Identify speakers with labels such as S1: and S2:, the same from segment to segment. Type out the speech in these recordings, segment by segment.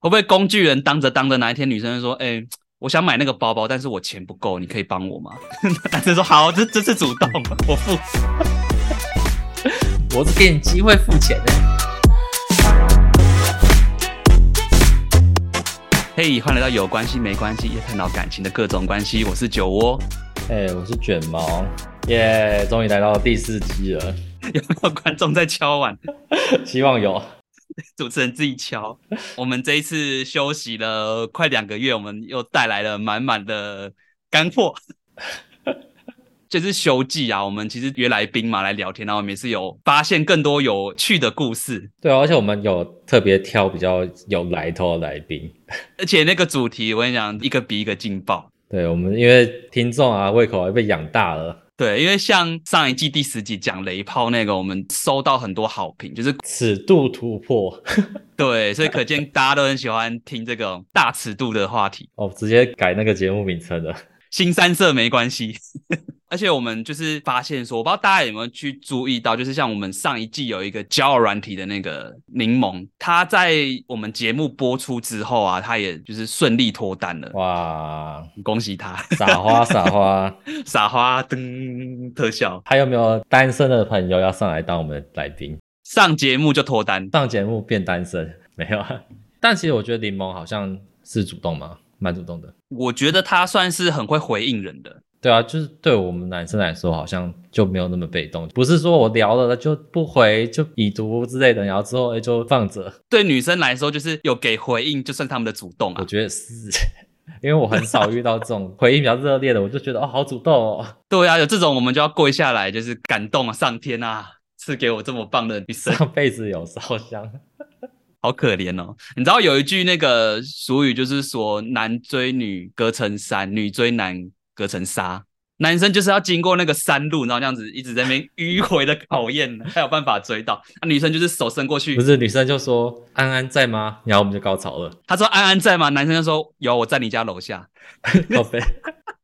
S1: 会不会工具人当着当着哪一天女生就说，哎、我想买那个包包，但是我钱不够，你可以帮我吗？ 男生说好，这这是主动， 我付。
S2: 我只给你机会付钱呢、
S1: 嘿，欢迎来到有关系没关系，也探讨感情的各种关系。我是酒窝，
S2: 哎、我是卷毛，耶、终于来到第四季了，
S1: 有没有观众在敲碗？
S2: 希望有。
S1: 主持人自己敲。我们这一次休息了快两个月，我们又带来了满满的干货。 这次休季啊，我们其实约来宾嘛来聊天，然后我们也是有发现更多有趣的故事，
S2: 对啊，而且我们有特别挑比较有来头的来宾。
S1: 而且那个主题我跟你讲，一个比一个劲爆。
S2: 对我们，因为听众啊胃口被养大了，
S1: 对，因为像上一季第十集讲雷炮那个，我们收到很多好评，就是
S2: 尺度突破
S1: 对，所以可见大家都很喜欢听这种大尺度的话题。
S2: 哦，直接改那个节目名称了。
S1: 新三色没关系。 而且我们就是发现说，我不知道大家有没有去注意到，就是像我们上一季有一个交友软体的那个柠檬，它在我们节目播出之后啊，它也就是顺利脱单了，
S2: 哇，
S1: 恭喜他！
S2: 撒花撒花，
S1: 傻花噔特效，
S2: 还有没有单身的朋友要上来当我们的来宾？
S1: 上节目就脱单，
S2: 上节目变单身没有啊？但其实我觉得柠檬好像是主动嘛，蛮主动的。
S1: 我觉得他算是很会回应人的。
S2: 对啊，就是对我们男生来说，好像就没有那么被动，不是说我聊了就不回就已读之类的，然后之后哎就放着。
S1: 对女生来说，就是有给回应，就算他们的主动
S2: 我
S1: 啊。
S2: 觉得是， 因为我很少遇到这种回应比较热烈的，我就觉得哦好主动哦，
S1: 对啊，有这种我们就要跪下来，就是感动啊，上天啊，赐给我这么棒的女生。
S2: 上辈子有烧香。
S1: 好可怜哦！你知道有一句那个俗语，就是说男追女隔层山，女追男隔层纱。男生就是要经过那个山路，然后这样子一直在那 边迂回的考验，才有办法追到。那、女生就是手伸过去
S2: 不，是女生就说安安在吗？然后我们就高潮了，
S1: 她说安安在吗？男生就说有，我在你家楼下。
S2: 靠背，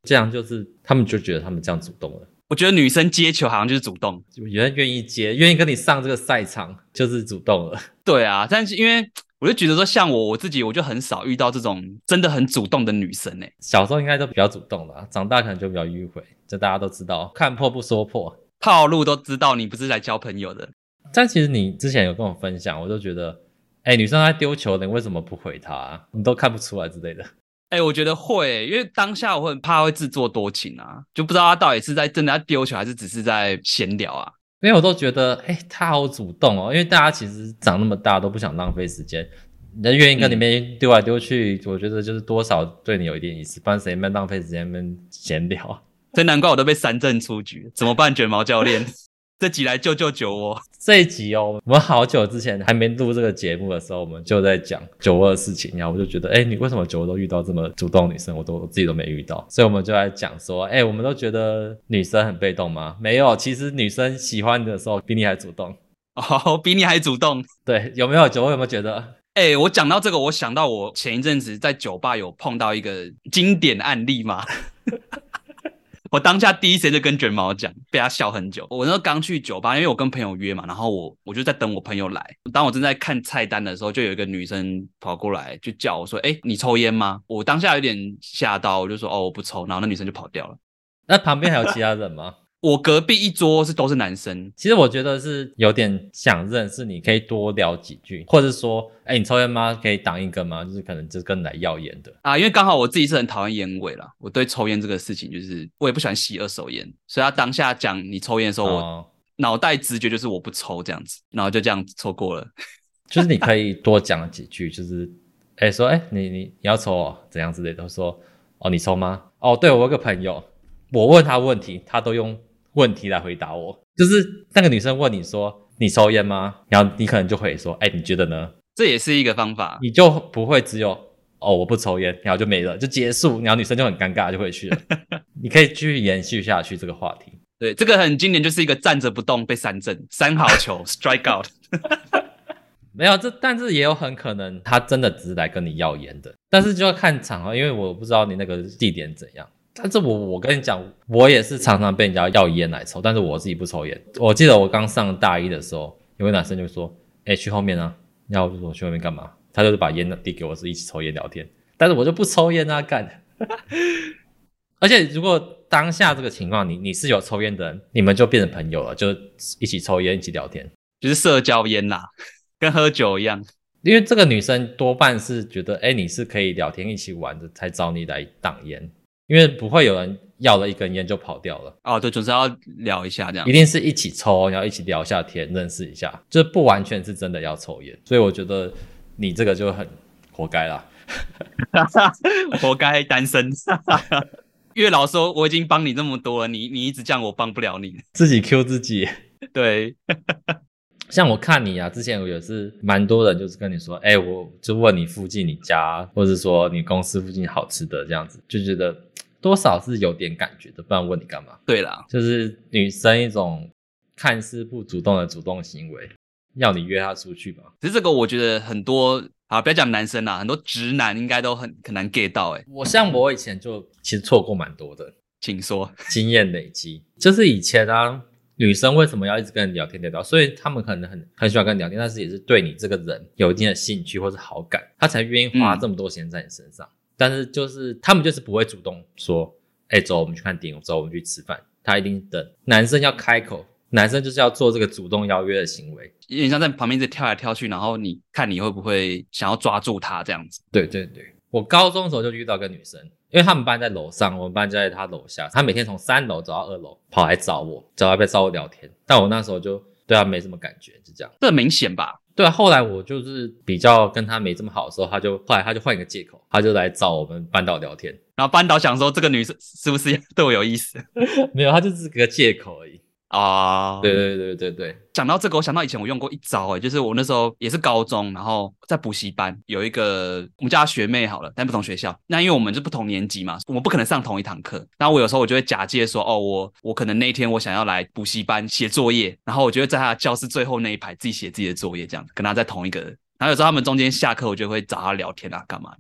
S2: 这样就是他们就觉得他们这样主动了。
S1: 我觉得女生接球好像就是主动，
S2: 有人愿意接，愿意跟你上这个赛场，就是主动了。
S1: 对啊。但是因为我就觉得说，像我我自己，我就很少遇到这种真的很主动的女生诶、欸
S2: 小时候应该都比较主动啦，长大可能就比较迂回，这大家都知道，看破不说破。
S1: 套路都知道你不是来交朋友的，
S2: 但其实你之前有跟我分享，我就觉得，哎、女生在丢球的，你为什么不回她、你都看不出来之类的。
S1: 哎、我觉得会欸、因为当下我很怕会自作多情啊，就不知道他到底是在真的要丢球，还是只是在闲聊啊。
S2: 因为我都觉得，哎、她好主动哦，因为大家其实长那么大都不想浪费时间，人愿意跟你们丢来丢去，我觉得就是多少对你有一点意思，不然谁们浪费时间们闲聊。
S1: 所以难怪我都被三振出局，怎么办，卷毛教练？ 这集来救救酒窝。
S2: 这一集哦，我们好久之前还没录这个节目的时候，我们就在讲酒窝的事情，然后我就觉得，哎、你为什么酒窝都遇到这么主动的女生，我都我自己都没遇到，所以我们就在讲说，哎、我们都觉得女生很被动吗？没有，其实女生喜欢你的时候比你还主动。
S1: 哦，比你还主动。
S2: 对，有没有酒窝有没有觉得？
S1: 哎、我讲到这个，我想到我前一阵子在酒吧有碰到一个经典案例嘛。 我当下第一时间就跟卷毛讲，被他笑很久。我那时候刚去酒吧，因为我跟朋友约嘛，然后我我就在等我朋友来。当我正在看菜单的时候，就有一个女生跑过来，就叫我说：“哎、你抽烟吗？”我当下有点吓到，我就说：“哦，我不抽。”然后那女生就跑掉了。
S2: 那旁边还有其他人吗？
S1: 我隔壁一桌是都是男生，
S2: 其实我觉得是有点想认识，你可以多聊几句，或者说，哎、你抽烟吗？可以挡一根吗？就是可能就是跟你来要烟的。
S1: 啊，因为刚好我自己是很讨厌烟味啦，我对抽烟这个事情就是我也不喜欢吸二手烟，所以他当下讲你抽烟的时候，我
S2: 哦
S1: 脑袋直觉就是我不抽这样子，然后就这样错过了。
S2: 就是你可以多讲几句， 就是，哎、说，哎、你你你要抽哦，怎样之类的，说，哦，你抽吗？哦，对我有个朋友，我问他问题，他都用问题来回答我，就是那个女生问你说你抽烟吗？然后你可能就会说，哎、你觉得呢？
S1: 这也是一个方法，
S2: 你就不会只有哦我不抽烟，然后就没了，就结束，然后女生就很尴尬就回去了。 你可以继续延续下去这个话题。
S1: 对，这个很经典，就是一个站着不动被三振，三好球 strike out。
S2: 没有这，但是也有很可能他真的只是来跟你要烟的，但是就要看场合，因为我不知道你那个地点怎样。但是我我跟你讲，我也是常常被人家要烟来抽，但是我自己不抽烟。我记得我刚上大一的时候，有位男生就说：“哎、去后面啊。”然后我就说：“去后面干嘛？”他就是把烟递给我，是一起抽烟聊天，但是我就不抽烟啊，干。 而且如果当下这个情况，你你是有抽烟的人，你们就变成朋友了，就一起抽烟，一起聊天。
S1: 就是社交烟啦、跟喝酒一样。
S2: 因为这个女生多半是觉得，哎、你是可以聊天一起玩的，才找你来挡烟，因为不会有人要了一根烟就跑掉了，
S1: 哦，对，总是要聊一 下这样
S2: 一。定是一起抽，然后一起聊一下天，认识一下，就是不完全是真的要抽烟，所以我觉得你这个就很活该啦。
S1: 活该单身。 月老说：“我已经帮你这么多了，你你一直这样，我帮不了你。
S2: 自己 Q 自己。”
S1: 对，
S2: 像我看你啊，之前我也是蛮多人就是跟你说，哎、我就问你附近你家，或者说你公司附近好吃的这样子，就觉得多少是有点感觉的，不然问你干嘛？
S1: 对啦，
S2: 就是女生一种看似不主动的主动行为，要你约她出去吧。
S1: 只是这个我觉得很多啊，不要讲男生啦，很多直男应该都很很难 get 到、欸。哎，
S2: 我像我以前就其实错过蛮多的
S1: 请说。
S2: 经验累积，就是以前啊，女生为什么要一直跟你聊天聊聊？所以她们可能很很喜欢跟你聊天，但是也是对你这个人有一定的兴趣或是好感，她才愿意花
S1: 嗯
S2: 这么多钱在你身上。但是就是她们就是不会主动说，哎、走，我们去看电影，走，我们去吃饭。她一定等男生要开口，男生就是要做这个主动邀约的行为。
S1: 有点像在旁边一直跳来跳去，然后你看你会不会想要抓住他这样子。
S2: 对对对，我高中的时候就遇到一个女生，因为他们班在楼上，我们班就在她楼下，她每天从三楼走到二楼，跑来找我，找她被找我聊天，但我那时候就对她没什么感觉，就这样。
S1: 这很明显吧？
S2: 对啊，后来我就是比较跟她没这么好的时候，她就后来她就换一个借口，她就来找我们班导聊天，
S1: 然后班导想说这个女生是不是 对我有意思
S2: 没有，她就是个借口而已。
S1: 啊？
S2: 对对对对对，
S1: 讲到这个，我想到以前我用过一招、欸，就是我那时候也是高中，然后在补习班有一个我们叫她学妹好了，但不同学校。那因为我们是不同年级嘛，我们不可能上同一堂课。然后我有时候我就会假借说，哦，我我可能那一天我想要来补习班写作业，然后我就会在她的教室最后那一排自己写自己的作业，这样跟她在同一个。然后有时候他们中间下课，我就会找她聊天啊，干嘛的？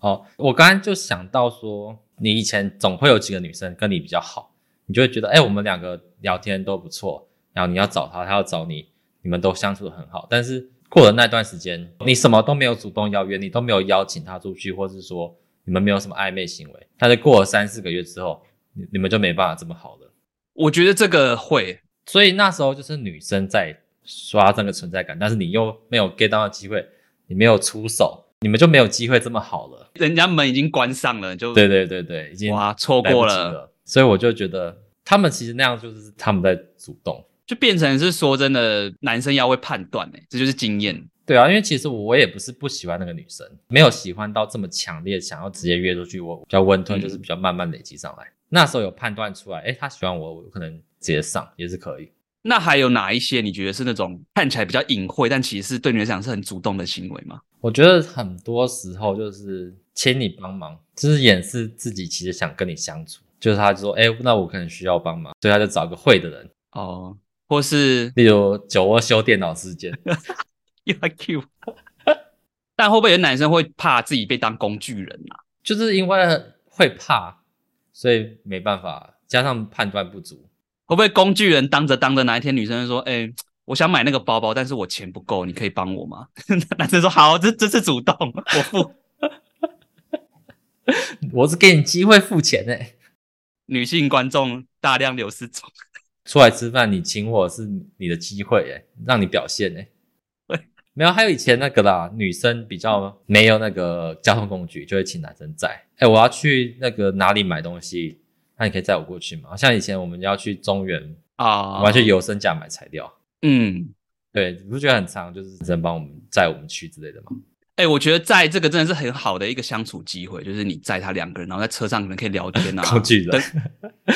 S2: 哦，我刚刚就想到说，你以前总会有几个女生跟你比较好，你就会觉得，哎、我们两个聊天都不错，然后你要找她，她要找你，你们都相处的很好。但是过了那段时间，你什么都没有主动邀约，你都没有邀请她出去，或是说你们没有什么暧昧行为。但是过了三四个月之后，你你们就没办法这么好了。
S1: 我觉得这个会，
S2: 所以那时候就是女生在刷这个存在感，但是你又没有 get 到的机会，你没有出手，你们就没有机会这么好了。
S1: 人家门已经关上了，就
S2: 对对对对，已经
S1: 哇错
S2: 来不
S1: 过
S2: 及
S1: 了。
S2: 了，所以我就觉得他们其实那样就是他们在主动。
S1: 就变成是说真的，男生要会判断哎、这就是经验。
S2: 对啊，因为其实我也不是不喜欢那个女生，没有喜欢到这么强烈，想要直接约出去。我比较温吞，
S1: 嗯
S2: 就是比较慢慢累积上来。那时候有判断出来，哎，她喜欢我，我可能直接上也是可以。
S1: 那还有哪一些你觉得是那种看起来比较隐晦，但其实是对你来讲是很主动的行为吗？
S2: 我觉得很多时候就是请你帮忙，就是掩饰自己其实想跟你相处。就是他就说，哎、那我可能需要帮忙，所以他就找个会的人，
S1: 哦，或是
S2: 例如酒窝修电脑事件，
S1: 又来 Q，但会不会有男生会怕自己被当工具人啊？
S2: 就是因为会怕，所以没办法，加上判断不足，
S1: 会不会工具人当着当着哪一天女生就说，哎、我想买那个包包，但是我钱不够，你可以帮我吗？ 男生说好，这这是主动，我付。
S2: 我是给你机会付钱欸呢、
S1: 女性观众大量流失中。
S2: 出来吃饭，你请我是你的机会哎、让你表现哎、
S1: 对
S2: 没有，还有以前那个啦，女生比较没有那个交通工具，就会请男生载。哎、我要去那个哪里买东西，那你可以载我过去吗？像以前我们要去中原，我
S1: 啊，
S2: 们要去游生甲买材料，
S1: 嗯，
S2: 对，你不觉得很长？就是男生帮我们载我们去之类的吗？
S1: 哎、我觉得在这个真的是很好的一个相处机会，就是你载他两个人，然后在车上可能可以聊天 啊。
S2: 工具人
S1: 等，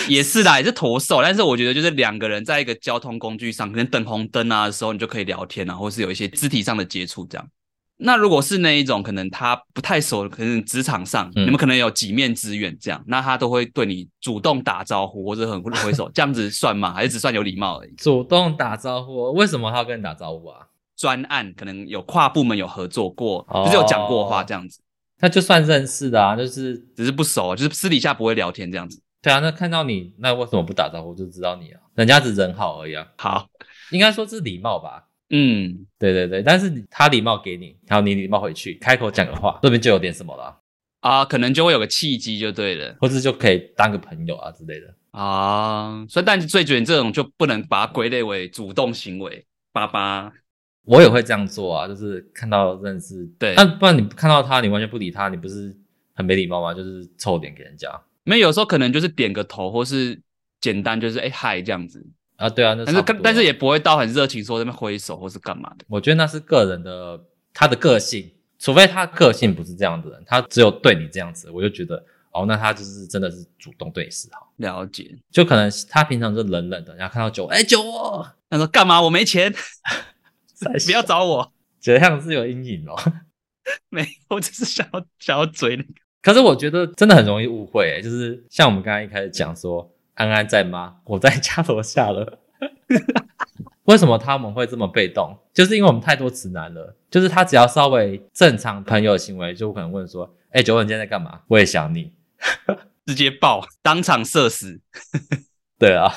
S1: 也是啦，也是投手，但是我觉得就是两个人在一个交通工具上，可能等红灯啊的时候，你就可以聊天啊，或是有一些肢体上的接触这样。那如果是那一种可能他不太熟，可能职场上、
S2: 嗯
S1: 你们可能有几面之缘这样，那他都会对你主动打招呼或者很挥手，这样子算吗？还是只算有礼貌而已？
S2: 主动打招呼，为什么他要跟你打招呼啊？
S1: 专案可能有跨部门有合作过，就是有讲过话
S2: 哦
S1: 这样子，
S2: 他就算认识的啊，就是
S1: 只是不熟，就是私底下不会聊天这样子。
S2: 对啊，那看到你，那为什么不打招呼就知道你啊？人家只人好而已啊，
S1: 好，
S2: 应该说是礼貌吧。
S1: 嗯，
S2: 对对对，但是你他礼貌给你，然后你礼貌回去，开口讲个话，这边就有点什么了啊，
S1: 啊，可能就会有个契机就对了
S2: 或者就可以当个朋友啊之类的。
S1: 啊。所以，但是最卷这种就不能把它归类为主动行为，爸爸。
S2: 我也会这样做啊，就是看到认识，
S1: 对
S2: 但不然你看到他，你完全不理他，你不是很没礼貌吗？就是臭脸给人家
S1: 没有有时候可能就是点个头，或是简单就是哎嗨、这样子，
S2: 啊，对啊，那
S1: 但是
S2: 差不多啊
S1: 但是也不会到很热情说在那边挥手或是干嘛的。
S2: 我觉得那是个人的他的个性，除非他个性不是这样的人，他只有对你这样子，我就觉得哦，那他就是真的是主动对你示好，
S1: 了解。
S2: 就可能他平常就冷冷的，然后看到酒，哎、酒窝，
S1: 他说干嘛？我没钱， 不
S2: 不
S1: 要找我。
S2: 这样是有阴影哦。
S1: 没，我只是想要想要嘴你。
S2: 可是我觉得真的很容易误会、就是像我们刚刚一开始讲说，安安在吗？我在家楼下了。 为什么他们会这么被动？就是因为我们太多直男了。就是他只要稍微正常朋友的行为，就可能问说：“哎、九九你今天在干嘛？我也想你。
S1: 直接爆，当场射死。”
S2: 对啊，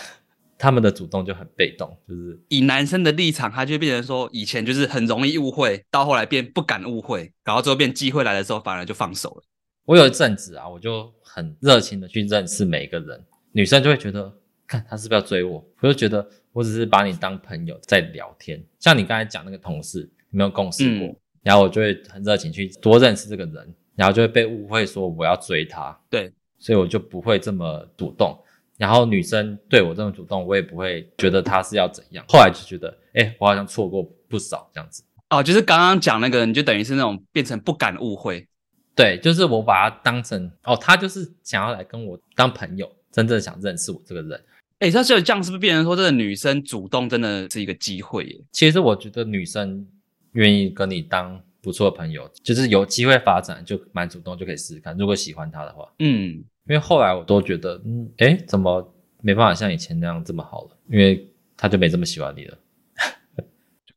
S2: 他们的主动就很被动，就是
S1: 以男生的立场，他就变成说，以前就是很容易误会，到后来变不敢误会，然后最后变机会来的时候，反而就放手了。
S2: 我有一阵子啊，我就很热情的去认识每一个人，女生就会觉得，看他是不是要追我，我就觉得我只是把你当朋友在聊天。像你刚才讲那个同事，你没有共事过，
S1: 嗯
S2: 然后我就会很热情去多认识这个人，然后就会被误会说我要追他，
S1: 对，
S2: 所以我就不会这么主动。然后女生对我这么主动，我也不会觉得她是要怎样。后来就觉得，哎、我好像错过不少这样子。
S1: 哦，就是刚刚讲那个，你就等于是那种变成不敢误会。
S2: 对，就是我把他当成哦，他就是想要来跟我当朋友，真正想认识我这个人。
S1: 哎，那所以这样是不是变成说，这个女生主动真的是一个机会耶？
S2: 其实我觉得女生愿意跟你当不错的朋友，就是有机会发展就蛮主动，就可以试试看。如果喜欢他的话，
S1: 嗯，
S2: 因为后来我都觉得，嗯，诶，怎么没办法像以前那样这么好了？因为他就没这么喜欢你了。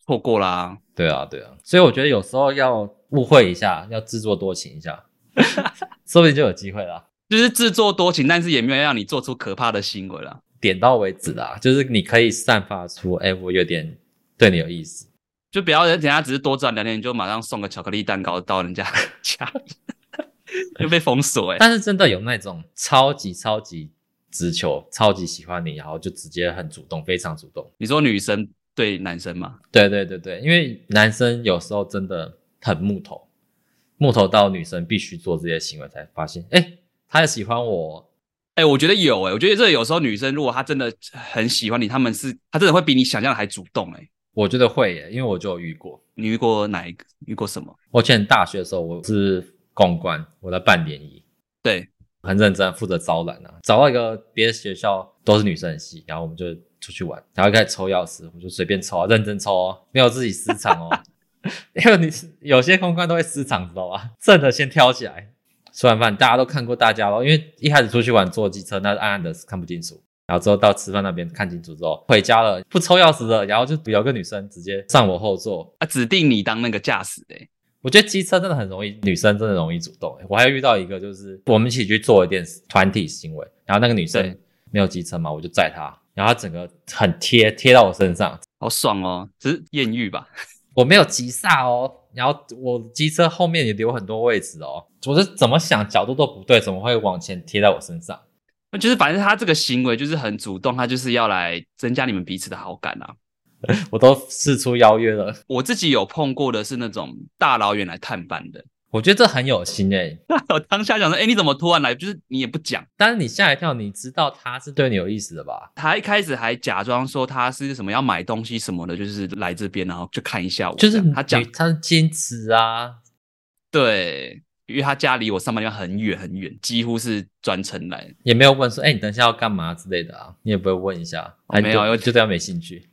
S1: 错过啦、
S2: 对啊，对啊，所以我觉得有时候要误会一下，要自作多情一下， 说不定就有机会啦。
S1: 就是自作多情，但是也没有让你做出可怕的行为啦。
S2: 点到为止啦，就是你可以散发出，哎、我有点对你有意思。
S1: 就不要人家只是多找两天，你就马上送个巧克力蛋糕到人家 家里，就被封锁哎、
S2: 但是真的有那种超级超级直球，超级喜欢你，然后就直接很主动，非常主动。
S1: 你说女生对男生吗？
S2: 对对对对，因为男生有时候真的很木头，木头到女生必须做这些行为才发现，哎、他也喜欢我。
S1: 哎、我觉得有哎、我觉得这有时候女生如果她真的很喜欢你，她们是她真的会比你想象的还主动哎、
S2: 我觉得会耶，因为我就有遇过。
S1: 你遇过哪一个？遇过什么？
S2: 我以前大学的时候，我是公关，我在办联谊，
S1: 对，
S2: 很认真负责招揽啊，找到一个别的学校都是女生的系，然后我们就出去玩，然后开始抽钥匙，我就随便抽啊，认真抽哦，没有自己私藏哦， 因为你有些公关都会私藏，知道吧？正的先挑起来，吃完饭大家都看过大家咯，因为一开始出去玩坐机车，那是暗暗的看不清楚。然后之后到吃饭那边看清楚之后，回家了不抽钥匙了，然后就有个女生直接上我后座，
S1: 啊，指定你当那个驾驶哎，
S2: 我觉得机车真的很容易，女生真的容易主动、欸我还遇到一个，就是我们一起去做一点团体行为，然后那个女生
S1: 对
S2: 没有机车嘛，我就载她，然后她整个很贴贴到我身上，
S1: 好爽哦，只是艳遇吧？
S2: 我没有急刹哦，然后我机车后面也留很多位置哦，我是怎么想角度都不对，怎么会往前贴在我身上？
S1: 那就是反正她这个行为就是很主动，她就是要来增加你们彼此的好感啊。
S2: 我都试出邀约了，
S1: 我自己有碰过的是那种大老远来探班的，
S2: 我觉得这很有心诶、欸
S1: 我当下想说，哎、你怎么突然来？就是你也不讲。
S2: 但是你吓一跳，你知道她是对你有意思的吧？
S1: 他一开始还假装说他是什么要买东西什么的，就是来这边，然后就看一下我这
S2: 就
S1: 样。
S2: 是
S1: 他讲
S2: 女她是矜持啊，
S1: 对，因为他家离我上班地方很远很远，几乎是专程来的。
S2: 也没有问说，哎、你等一下要干嘛之类的啊，你也不会问一下，
S1: 哦没有
S2: 还
S1: 我
S2: 就就对他没 兴趣。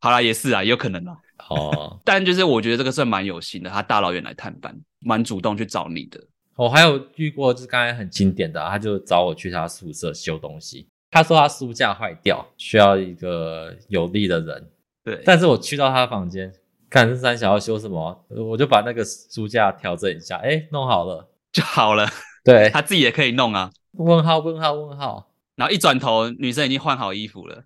S1: 好啦，也是啊，也有可能啦。
S2: 哦，
S1: 但就是我觉得这个算蛮有心的，他大老远来探班，蛮主动去找你的。
S2: 哦我还有遇过，就是刚才很经典的啊、他就找我去他宿舍修东西，他说他书架坏掉，需要一个有力的人，
S1: 对，
S2: 但是我去到他房间，看这三小要修什么，我就把那个书架调整一下，哎、弄好了，
S1: 就好了，
S2: 对，
S1: 他自己也可以弄啊。
S2: 问号问号问号，
S1: 然后一转头，女生已经换好衣服了，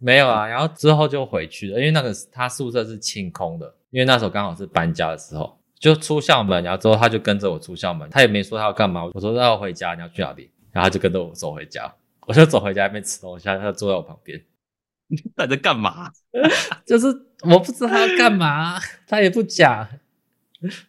S2: 没有啊，然后之后就回去了，因为那个他宿舍是清空的，因为那时候刚好是搬家的时候，就出校门，然后之后他就跟着我出校门，他也没说他要干嘛，我说他要回家，你要去哪里？然后他就跟着我走回家，我就走回家那边吃东西，他就坐在我旁边，
S1: 到底在干嘛？
S2: 就是我不知道他要干嘛， 他也不讲，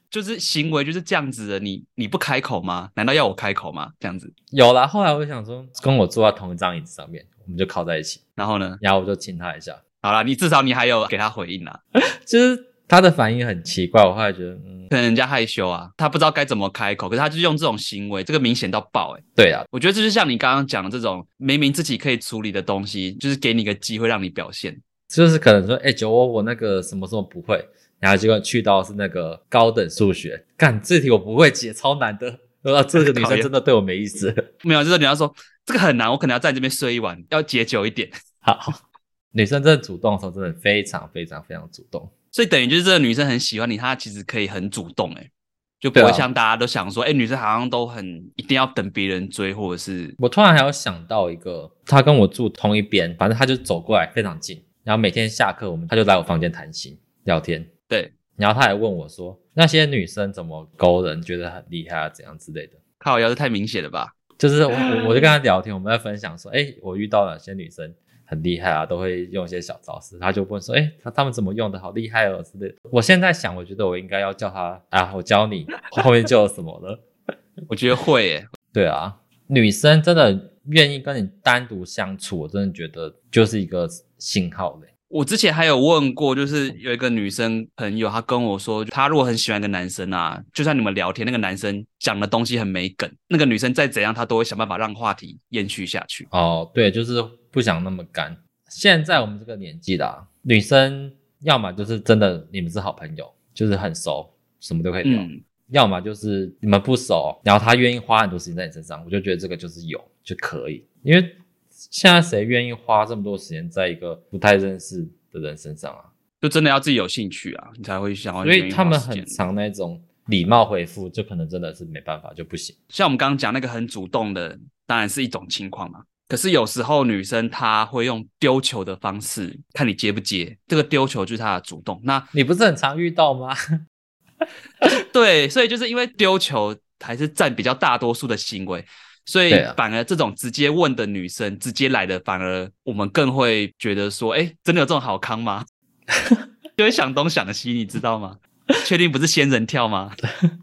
S1: 就是行为就是这样子的，你你不开口吗？难道要我开口吗？这样子，
S2: 有啦，后来我就想说，跟我坐在同一张椅子上面，我们就靠在一起，
S1: 然后呢？
S2: 然后我就亲他一下，
S1: 好啦，你至少你还有给他回应啦。
S2: 就是他的反应很奇怪，我后来觉得，嗯，
S1: 可能人家害羞啊，他不知道该怎么开口，可是他就用这种行为，这个明显到爆哎、欸
S2: 对啊，
S1: 我觉得这就像你刚刚讲的这种，明明自己可以处理的东西，就是给你个机会让你表现。
S2: 就是可能说，哎、九我我那个什么什么不会，然后结果去到是那个高等数学，干这题我不会解，超难的。 然后这个女
S1: 讨
S2: 生
S1: 厌
S2: 真的对我没意思。
S1: 没有，就是你要说这个很难，我可能要在你这边睡一晚，要解久一点。
S2: 好，女生真的主动的时候，真的非常非常非常主动。
S1: 所以等于就是这个女生很喜欢你，她其实可以很主动、欸，就不会
S2: 对啊
S1: 像大家都想说，哎、女生好像都很一定要等别人追，或者是
S2: 我突然还有想到一个，她跟我住同一边，反正她就走过来非常近，然后每天下课我们她就来我房间谈心聊天，
S1: 对，
S2: 然后她还问我说那些女生怎么勾人，觉得很厉害啊，怎样之类的。
S1: 靠腰，这太明显了吧？
S2: 就是我我我就跟她聊天，我们在分享说，哎、我遇到哪些女生很厉害啊，都会用一些小招式。她就问说，哎、她她们怎么用的，好厉害哦之类的。我现在想，我觉得我应该要叫她啊，我教你后面就有什么了。
S1: 我觉得会、欸，
S2: 对啊，女生真的愿意跟你单独相处，我真的觉得就是一个信号嘞。
S1: 我之前还有问过，就是有一个女生朋友，她跟我说，她如果很喜欢一个男生啊，就算你们聊天，那个男生讲的东西很没梗，那个女生再怎样，她都会想办法让话题延续下去。
S2: 哦，对，就是不想那么干。现在我们这个年纪啦，女生要么就是真的你们是好朋友，就是很熟，什么都可以聊；
S1: 嗯，
S2: 要么就是你们不熟，然后她愿意花很多时间在你身上，我就觉得这个就是有就可以。因为现在谁愿意花这么多时间在一个不太认识的人身上啊？
S1: 就真的要自己有兴趣啊，你才会想要
S2: 所
S1: 愿
S2: 以
S1: 意花时间。
S2: 他们很常那种礼貌回复，就可能真的是没办法就不行。
S1: 像我们刚刚讲那个很主动的，当然是一种情况嘛。可是有时候女生她会用丢球的方式看你接不接，这个丢球就是她的主动。那
S2: 你不是很常遇到吗？
S1: 对，所以就是因为丢球还是占比较大多数的行为，所以
S2: 对啊
S1: 反而这种直接问的女生、直接来的，反而我们更会觉得说，哎，真的有这种好康吗？ 就会想东想西，你知道吗？确定不是仙人跳吗？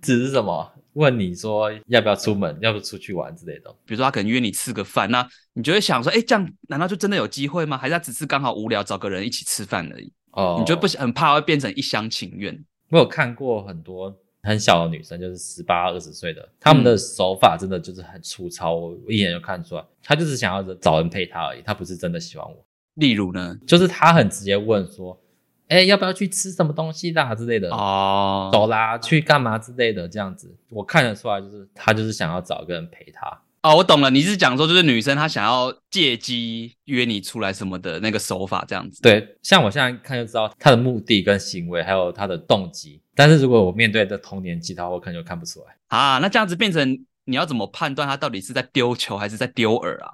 S2: 只是什么问你说要不要出门，要不出去玩之类的。
S1: 比如说他可能约你吃个饭，那你就会想说，哎，这样难道就真的有机会吗？还是他只是刚好无聊找个人一起吃饭而已？
S2: 哦
S1: 你就不？想很怕会变成一厢情愿。
S2: 我有看过很多很小的女生，就是十八二十岁的，她们的手法真的就是很粗糙，我一眼就看出来，她就是想要找人陪她而已，她不是真的喜欢我。
S1: 例如呢？
S2: 就是她很直接问说，哎、要不要去吃什么东西啦之类的。
S1: 哦，
S2: 走啦，去干嘛之类的，这样子，我看得出来，就是他就是想要找一个人陪他。
S1: 哦，我懂了，你是讲说就是女生她想要借机约你出来什么的那个手法这样子。
S2: 对，像我现在看就知道他的目的跟行为，还有他的动机。但是如果我面对的同年纪的话，我可能就看不出来。
S1: 啊，那这样子变成你要怎么判断她到底是在丢球还是在丢饵啊？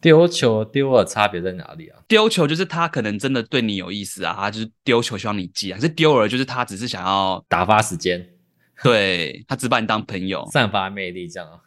S2: 丢球丢饵差别在哪里啊？
S1: 丢球就是她可能真的对你有意思啊，她就是丢球希望你接啊；可是丢饵就是她只是想要
S2: 打发时间，
S1: 对她只把你当朋友。
S2: 散发魅力这样啊。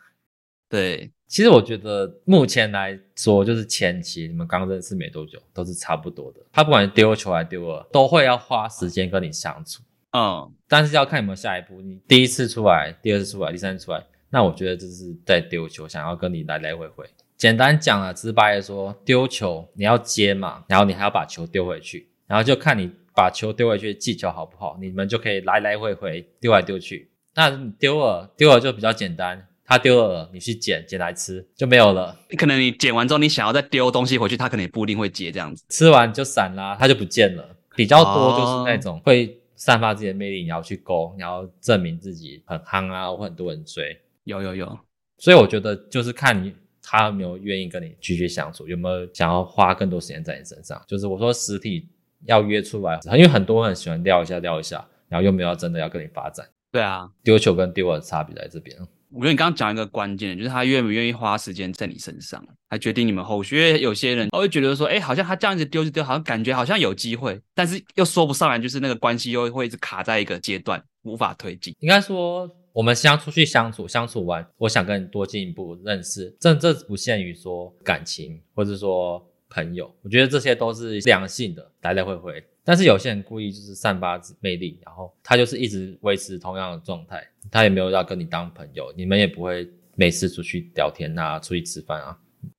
S1: 对，
S2: 其实我觉得目前来说，就是前期你们刚认识没多久，都是差不多的。他不管丢球还丢饵，都会要花时间跟你相处。
S1: 嗯，
S2: 但是要看有没有下一步。你第一次出来，第二次出来，第三次出来，那我觉得这是在丢球，想要跟你来来回回。简单讲啊，直白的说，丢球你要接嘛，然后你还要把球丢回去，然后就看你把球丢回去的技巧好不好，你们就可以来来回回丢来丢去。那你丢了，丢了就比较简单，他丢了，你去捡，捡来吃就没有了，
S1: 可能你剪完之后你想要再丢东西回去，她可能也不一定会接这样子。
S2: 吃完就散啦，它就不见了。比较多
S1: 哦
S2: 就是那种会散发自己的魅力，你要去勾，你要证明自己很夯啊，或很多人追。
S1: 有有有，
S2: 所以我觉得就是看你他有没有愿意跟你继续相处，有没有想要花更多时间在你身上。就是我说实体要约出来，因为很多人喜欢聊一下聊一下，然后又没有真的要跟你发展。
S1: 对啊，
S2: 丢球跟丢饵的差别在这边，
S1: 我觉得你刚刚讲一个关键，就是他愿不愿意花时间在你身上，还决定你们后续。因为有些人他会觉得说，哎、好像他这样子丢就丢，好像感觉好像有机会，但是又说不上来，就是那个关系又会一直卡在一个阶段，无法推进。
S2: 应该说，我们相出去相处，相处完，我想跟你多进一步认识，这这不限于说感情，或者说朋友，我觉得这些都是良性的，来来回回。但是有些人故意就是散发魅力，然后他就是一直维持同样的状态，他也没有要跟你当朋友，你们也不会每次出去聊天啊，出去吃饭啊，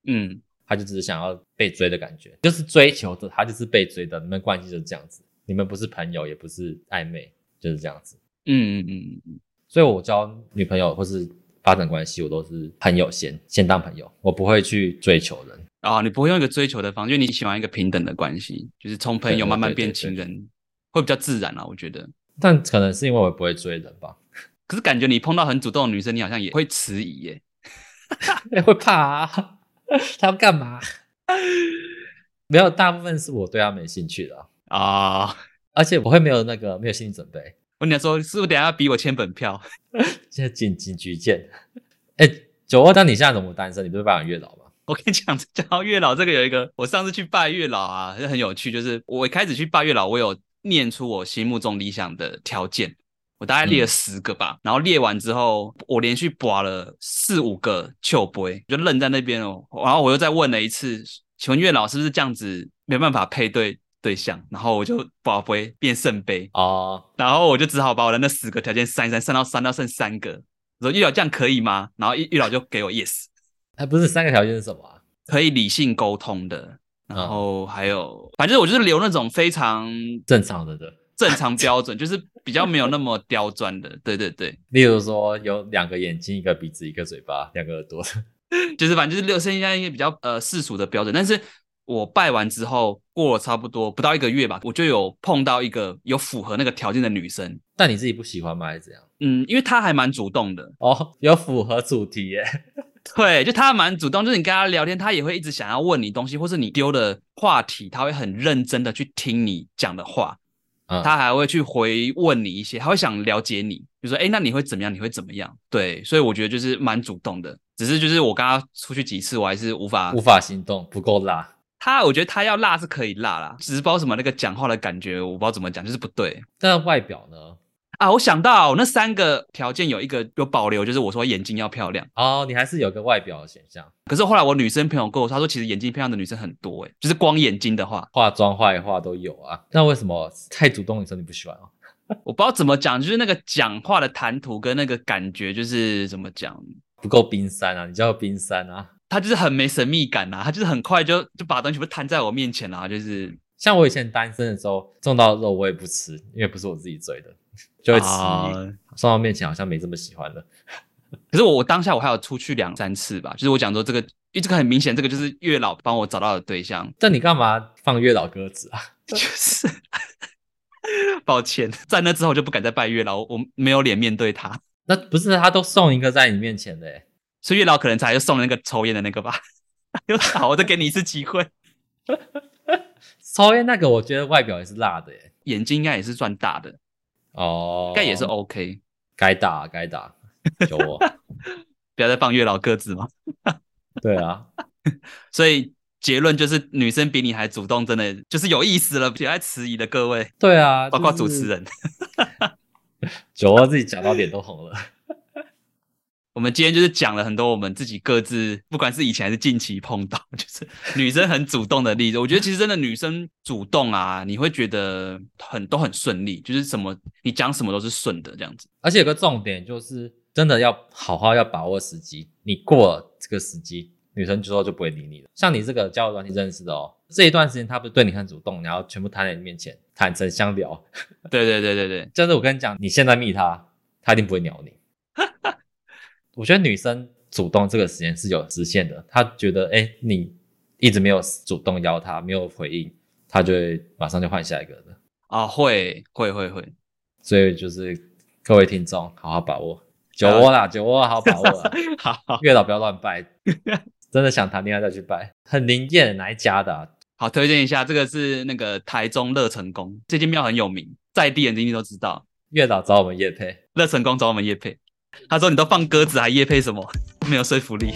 S1: 嗯，
S2: 他就只是想要被追的感觉，就是追求着，他就是被追的，你们关系就是这样子，你们不是朋友，也不是暧昧，就是这样子。
S1: 嗯嗯嗯嗯，
S2: 所以我交女朋友或是发展关系，我都是朋友先，先当朋友，我不会去追求人。
S1: 啊、你不会用一个追求的方式，因为你喜欢一个平等的关系，就是从朋友慢慢变情人，会比较自然啊，我觉得。
S2: 但可能是因为我也不会追人吧，
S1: 可是感觉你碰到很主动的女生，你好像也会迟疑耶。
S2: 也 会怕啊， 他要干嘛？ 没有，大部分是我对他没兴趣的啊，
S1: 啊、
S2: 而且我会没有那个没有心理准备，
S1: 我跟你说，是不是等一下要逼我签本票？
S2: 现在紧紧局见。哎、九二，但你现在怎么单身？你不是拜访月老吗？
S1: 我跟你讲，讲到月老这个有一个，我上次去拜月老啊，很有趣。就是我一开始去拜月老，我有念出我心目中理想的条件，我大概列了十个吧。然后列完之后，我连续刮了四五个秋杯，就愣在那边哦。然后我又再问了一次，请问月老是不是这样子没办法配对对象？然后我就刮杯变圣杯，
S2: 哦，
S1: 然后我就只好把我的那十个条件删一删，删到删到剩三个。我说月老这样可以吗？然后月月老就给我 yes。
S2: 还哎不是三个条件是什么啊？
S1: 可以理性沟通的，然
S2: 嗯
S1: 后还有，反正我就是留那种非常
S2: 正常的的，
S1: 正常标准，就是比较没有那么刁钻的，对对对，
S2: 例如说有两个眼睛、一个鼻子、一个嘴巴、两个耳朵。
S1: 就是反正就是留剩下一些比较呃世俗的标准，但是。我拜完之后，过了差不多不到一个月吧，我就有碰到一个有符合那个条件的女生，
S2: 但你自己不喜欢吗？还是怎样？
S1: 嗯，因为她还蛮主动的，
S2: 哦，有符合主题耶。
S1: 对，就她还蛮主动，就是你跟她聊天，她也会一直想要问你东西，或是你丢的话题，她会很认真的去听你讲的话，
S2: 嗯，
S1: 他还会去回问你一些，他会想了解你，就说，哎、那你会怎么样？你会怎么样？对，所以我觉得就是蛮主动的，只是就是我跟他出去几次，我还是无法
S2: 无法行动，不够辣。
S1: 他，我觉得他要辣是可以辣啦，只是不知道什么那个讲话的感觉，我不知道怎么讲，就是不对
S2: 但外表呢？
S1: 啊。我想到那三个条件有一个有保留，就是我说眼睛要漂亮，
S2: 哦，你还是有个外表的选项，
S1: 可是后来我女生朋友跟我说，她说其实眼睛漂亮的女生很多、欸，就是光眼睛的话，
S2: 化妆坏话都有啊。那为什么太主动的时候你不喜欢哦？
S1: 我不知道怎么讲，就是那个讲话的谈吐跟那个感觉，就是怎么讲，
S2: 不够冰山啊，你叫冰山啊。
S1: 他就是很没神秘感呐、他就是很快就就把东西全部摊在我面前啦、就是
S2: 像我以前单身的时候，种到肉我也不吃，因为不是我自己追的，就会吃。
S1: 啊
S2: 送到面前好像没这么喜欢了。
S1: 可是我我当下我还有出去两三次吧，就是我讲说这个，因为这个很明显，这个就是月老帮我找到的对象，
S2: 但你干嘛放月老鸽子啊？
S1: 就是 抱歉，在那之后我就不敢再拜月老，我没有脸面对他，
S2: 那不是他都送一个在你面前的耶，
S1: 所以月老可能才又送了那个抽烟的那个吧。 又好，我再给你一次机会。
S2: 抽烟那个我觉得外表也是辣的耶。
S1: 眼睛应该也是算大的，
S2: 哦，
S1: 应该也是 OK。
S2: 该打该打，有我。
S1: 不要再放月老鸽子嘛。
S2: 对啊，
S1: 所以结论就是，女生比你还主动，真的就是有意思了，别再迟疑了，各位，
S2: 对啊，
S1: 包括
S2: 就
S1: 主
S2: 是
S1: 持人。
S2: 九二自己讲到脸都红了。
S1: 我们今天就是讲了很多我们自己各自，不管是以前还是近期碰到， 就是女生很主动的例子。我觉得其实真的女生主动啊，你会觉得很都很顺利，就是什么你讲什么都是顺的这样子。
S2: 而且有个重点就是，真的要好好要把握时机。你过了这个时机，女生之后就不会理你了。像你这个交友软体认识的哦，这一段时间她不是对你很主动，然后全部摊在你面前，坦诚相聊。
S1: 对对对对对，
S2: 真的，我跟你讲，你现在密她，她一定不会鸟你。 我觉得女生主动这个时间是有直线的，她觉得哎、诶你一直没有主动邀她，没有回应，她就会马上就换下一个的。
S1: 啊，会会会会，
S2: 所以就是各位听众，好好把握酒窝啦，酒窝好好把握啦。
S1: 好
S2: 月老不要乱拜，真的想谈恋爱再去拜。很灵验哪一家的啊、
S1: 好推荐一下，这个是那个台中乐成宫，这间庙很有名，在地人一定都知道。
S2: 月老找我们叶配，
S1: 乐成宫找我们叶配，他说你都放鸽子还夜配什么？ 没有说服力。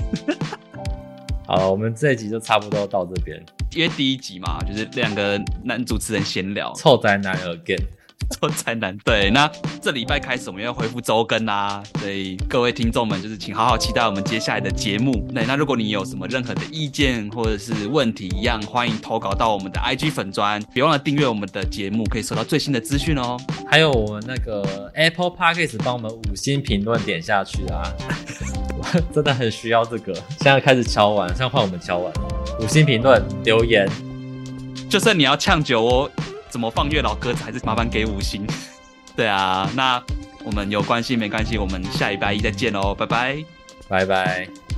S2: 好了，我们这一集就差不多到这边，
S1: 因为第一集嘛，就是两个男主持人闲聊，
S2: 臭宅男 again，
S1: 臭宅男。对，那这礼拜开始我们要恢复周更啦、所以各位听众们就是请好好期待我们接下来的节目。那那如果你有什么任何的意见或者是问题，一样欢迎投稿到我们的 IG 粉砖，别忘了订阅我们的节目，可以收到最新的资讯哦。
S2: 还有我们那个 Apple Podcast 帮我们五星评论点下去啊， 我真的很需要这个。现在开始敲完，现在换我们敲完，五星评论留言，
S1: 就算你要呛酒窝，怎么放月老鸽子，还是麻烦给五星。对哦啊，那我们有关系没关系，我们下礼拜一再见喽，拜拜。
S2: 拜拜。